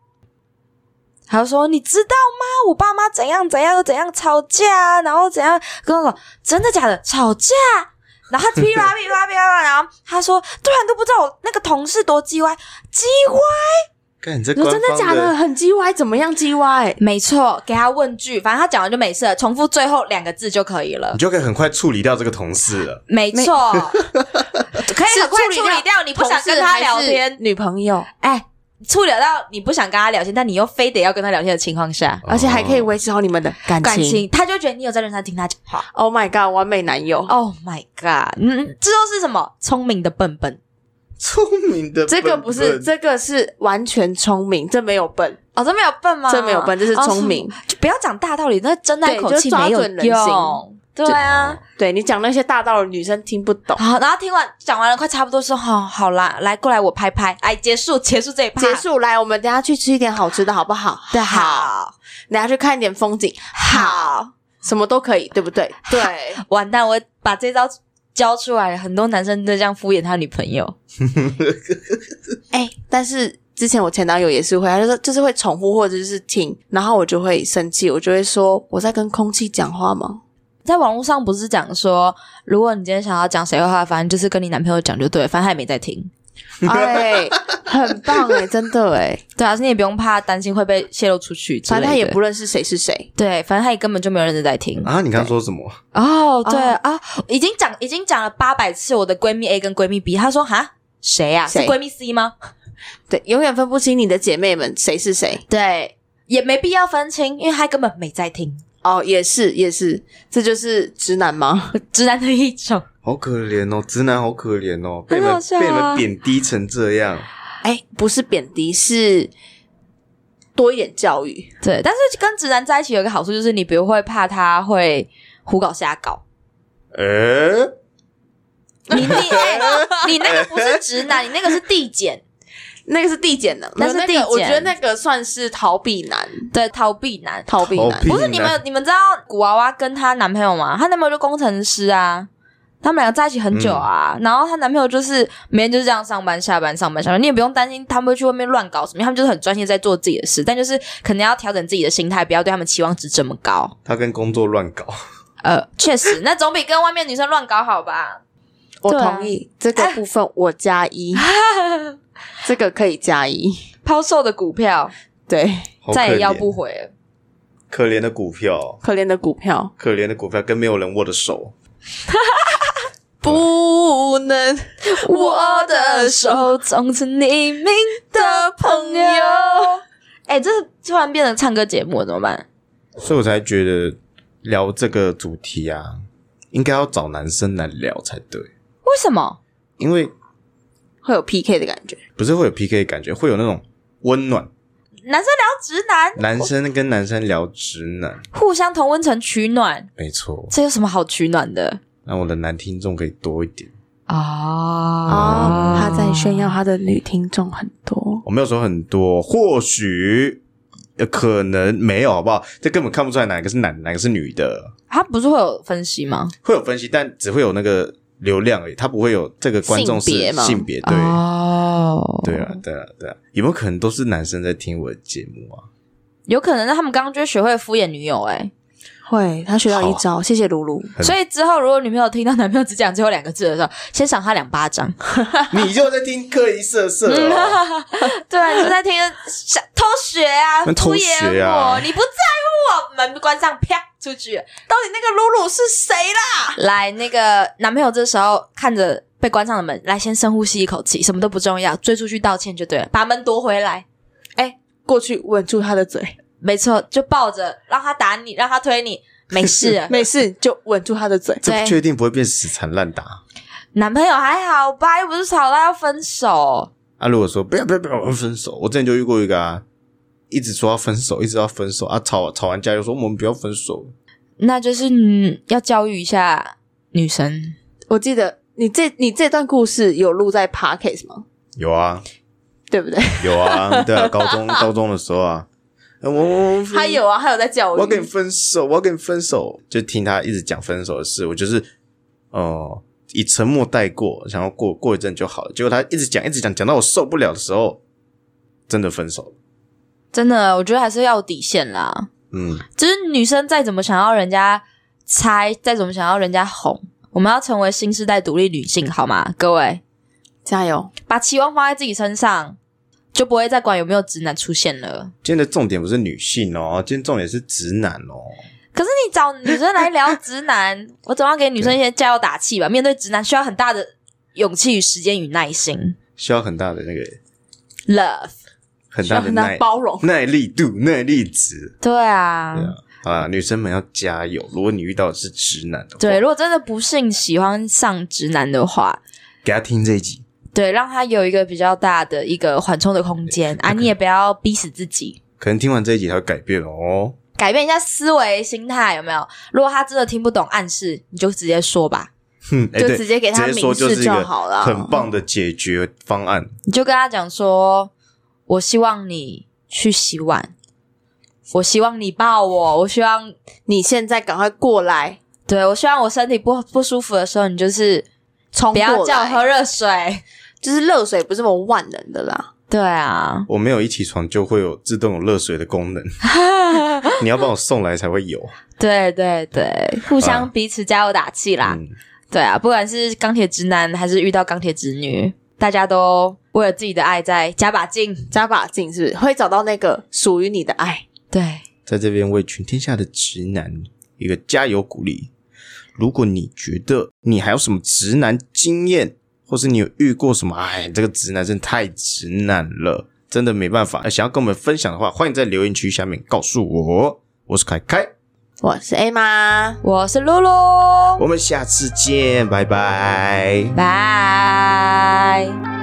S2: 他就说：“你知道吗？我爸妈怎样怎样又怎样吵架，然后怎样跟我说真的假的吵架。”然后他噼啦噼啦噼啦，然后他说：“对啊，你都不知道我那个同事多叽歪，叽歪。”
S1: 看你这
S3: 你说
S1: 官
S3: 真
S1: 方
S3: 的假的？？很鸡歪，怎么样鸡歪？
S2: 没错，给他问句，反正他讲完就没事了，重复最后两个字就可以了
S1: 你。就可以很快处理掉这个同事了。
S2: 没 错，可以很快处理掉。你不想跟他聊天，
S3: 女朋友，
S2: 哎，处理到你不想跟他聊天，但你又非得要跟他聊天的情况下，
S3: 而且
S1: 哦
S3: 还可以维持好你们的感
S2: 感情他就觉得你有在认真听他讲话。
S3: Oh my god，完美男
S1: 哦
S3: 友，
S2: Oh my god！嗯，这就是什么聪明的笨笨
S1: 聪明的
S3: 这个不是，
S1: 笨笨
S3: 这个是完全聪明，这没有笨，
S2: 哦，这没有笨吗？
S3: 这没有笨，这是聪明
S2: 哦，。就不要讲大道理，那真爱
S3: 对
S2: 口
S3: 就
S2: 气
S3: 抓
S2: 没有
S3: 准人心
S2: 用。对啊，
S3: 对你讲那些大道理，女生听不懂。
S2: 好，然后听完讲完了，快差不多说好、好啦，来过来我拍拍，哎，结束结束这一趴，
S3: 结束，来，我们等一下去吃一点好吃的，好不好？
S2: 的
S3: 好，
S2: 好
S3: 等一下去看一点风景，
S2: 好，
S3: 什么都可以，对不对？对，
S2: 完蛋，我把这招教出来了，很多男生都这样敷衍他女朋友，
S3: 哎、但是之前我前男友也是会，他就说就是会重复或者就是听，然后我就会生气，我就会说我在跟空气讲话吗？
S2: 在网络上不是讲说，如果你今天想要讲谁的话，反正就是跟你男朋友讲就对了，反正他也没在听。
S3: 哎、很棒哎、真的哎、
S2: 对啊，所以你也不用怕担心会被泄露出去之类
S3: 反
S2: 的，
S3: 正他也不认识谁是谁，
S2: 对，反正他也根本就没有认真在听。
S1: 啊！你刚刚说什么？
S2: 哦，对
S3: 哦
S2: 啊，已经讲已经讲了八百次我的闺蜜 A 跟闺蜜 B，她说哈谁呀、是
S3: 谁
S2: 闺蜜 C 吗？
S3: 对，永远分不清你的姐妹们谁是谁。
S2: 对，也没必要分清，因为他根本没在听，
S3: 哦，也是也是，这就是直 男吗？
S2: 直男的一种。
S1: 好可怜哦，直男好可怜哦，被你
S2: 很
S1: 们
S2: 好笑啊
S1: 被你们贬低成这样。
S3: 哎、不是贬低，是多一点教育。
S2: 对，但是跟直男在一起有一个好处就是，你不会怕他会胡搞瞎搞。
S1: 诶，
S2: 你你、哎，你那个不是直男，你那个是递减，
S3: 那个是递减的，
S2: 那是
S3: 没有
S2: 递减
S3: 我觉得那个算是逃避男，
S2: 对，逃避男。
S3: 逃避
S1: 逃
S3: 男。
S1: 避
S2: 不是你们你们知道古娃娃跟她男朋友吗？她男朋友就工程师啊。他们两个在一起很久啊，然后她男朋友就是每天就是这样上班下班上班下班，你也不用担心他们会去外面乱搞什么，他们就是很专心地在做自己的事，但就是可能要调整自己的心态，不要对他们期望值这么高。
S1: 他跟工作乱搞，
S2: 呃，确实，那总比跟外面女生乱搞好吧？
S3: 我
S2: 对啊
S3: 同意、这个部分，我 加一，这个可以加一。
S2: 抛售的股票
S3: 对，
S1: 好
S2: 再
S1: 可
S2: 也
S1: 怜
S2: 要不回了。
S1: 可怜的股票，
S3: 可怜的股票
S1: 可怜的股票跟没有人握的手。
S3: 不能，我的
S2: 手从此你名
S3: 的朋友。
S2: 哎、这突然变成唱歌节目了怎么办？
S1: 所以我才觉得聊这个主题啊，应该要找男生来聊才对，
S2: 为什么？
S1: 因为
S3: 会有 PK 的感觉。
S1: 不是会有 PK 的感觉，会有那种温暖，
S2: 男生聊直男，
S1: 男生跟男生聊直男，
S2: 互相同温层取暖，
S1: 没错，
S2: 这有什么好取暖的
S1: 让我的男听众可以多一点。
S2: 啊
S3: 哦他在炫耀他的女听众很多，
S1: 我没有说很多，或许、呃、可能没有，好不好？这根本看不出来哪个是男，哪个是女的，
S2: 他不是会有分析吗？
S1: 会有分析，但只会有那个流量而已，他不会有这个观众是
S3: 性别吗
S1: 性别，对、
S2: 哦
S1: 对啊，，对啊，对啊，有没有可能都是男生在听我的节目啊？
S2: 有可能那他们刚刚就学会敷衍女友、哎，
S3: 会他学到一
S1: 好
S3: 招，谢谢露露。
S1: 很
S2: 所以之后如果女朋友听到男朋友只讲最后两个字的时候，先赏他两巴掌。
S1: 你就在听克里瑟瑟、哦，
S2: 对，你就在听想偷学啊，
S1: 那偷
S2: 敷衍
S1: 学啊
S2: 我，你不在乎我，门关上，啪，出去了。
S3: 到底那个露露是谁啦？
S2: 来，那个男朋友这时候看着被关上的门，来先深呼吸一口气，什么都不重要，追出去道歉就对了，把门夺回来。
S3: 过去吻住他的嘴，。
S2: 没错，就抱着让他打你，让他推你，没事了
S3: 没事就吻住他的嘴。
S1: 呃这
S2: 对
S1: 确定不会变死缠烂打哦
S2: 男朋友还好吧，又不是吵到要分手。
S1: 啊？如果说不要不要不要我要分手，我之前就遇过一个啊，一直说要分手，一直要分手啊，吵吵完架又说我们不要分手，
S2: 那就是嗯，要教育一下女生。
S3: 我记得你这你这段故事有录在 podcast 吗？
S1: 有啊
S3: 对不对？
S1: 有啊， 对啊，高中高中的时候啊，啊我我我
S3: 他有啊，他有在教
S1: 我要跟你
S3: 育。
S1: 分手，我要跟你分手，就听他一直讲分手的事，我就是哦、呃以沉默带过，想要过过一阵就好了。结果他一直讲一直讲，讲到我受不了的时候，真的分手了。
S2: 真的，我觉得还是要有底线啦。
S1: 嗯，
S2: 就是女生再怎么想要人家猜，再怎么想要人家哄，我们要成为新时代独立女性，好吗？各位，
S3: 加油！
S2: 把期望放在自己身上，就不会再管有没有直男出现了。
S1: 今天的重点不是女性哦，今天重点是直男哦。
S2: 可是你找女生来聊直男，我总要给女生一些加油打气吧。面对直男，需要很大的勇气与时间与耐心。
S1: 需要很大的那个
S2: Love，
S1: 很
S3: 需
S1: 大
S3: 要
S1: 的
S3: 很大
S1: 耐
S3: 的包容。
S1: 耐力度、耐力值
S2: 对啊，
S1: 对啊啊！女生们要加油！如果你遇到的是直男的话，
S2: 对。如果真的不幸喜欢上直男的话，
S1: 给他听这一集，
S2: 对，让他有一个比较大的一个缓冲的空间啊，你也不要逼死自己。
S1: 可能听完这一集他会改变哦。
S2: 改变一下思维、心态，有没有？如果他真的听不懂暗示，你就直接说吧，
S1: 哼，哎
S3: 就
S1: 对
S3: 直接给他
S1: 直接说
S3: 明
S1: 就
S3: 示
S1: 是一
S3: 就
S1: 个
S3: 好了。
S1: 很棒的解决方案。
S2: 你就跟他讲说：“我希望你去洗碗，我希望你抱我，我希望
S3: 你现在赶快过来，
S2: 对我希望我身体不不舒服的时候，你就是
S3: 冲
S2: 不
S3: 过来
S2: 要叫我喝，热水。
S3: 就是热水不是我万能的啦。”
S2: 对啊，
S1: 我没有一起床就会有自动有热水的功 能，你要帮我送来才会有。
S2: 对对对，互相
S1: 啊
S2: 彼此加油打气啦。
S1: 嗯，
S2: 对啊，不管是钢铁直男还是遇到钢铁直女，大家都为了自己的爱再加把劲。
S3: 加把劲，是不是会找到那个属于你的爱？
S2: 对，
S1: 在这边为全天下的直男一个加油鼓励。如果你觉得你还有什么直男经验，或是你有遇过什么，哎，这个直男真的太直男了，真的没办法。呃想要跟我们分享的话，欢迎在留言区下面告诉我。我是凯凯，
S3: 我是 A 妈，
S2: 我是露露
S1: 我，们下次见，拜拜。
S2: 拜。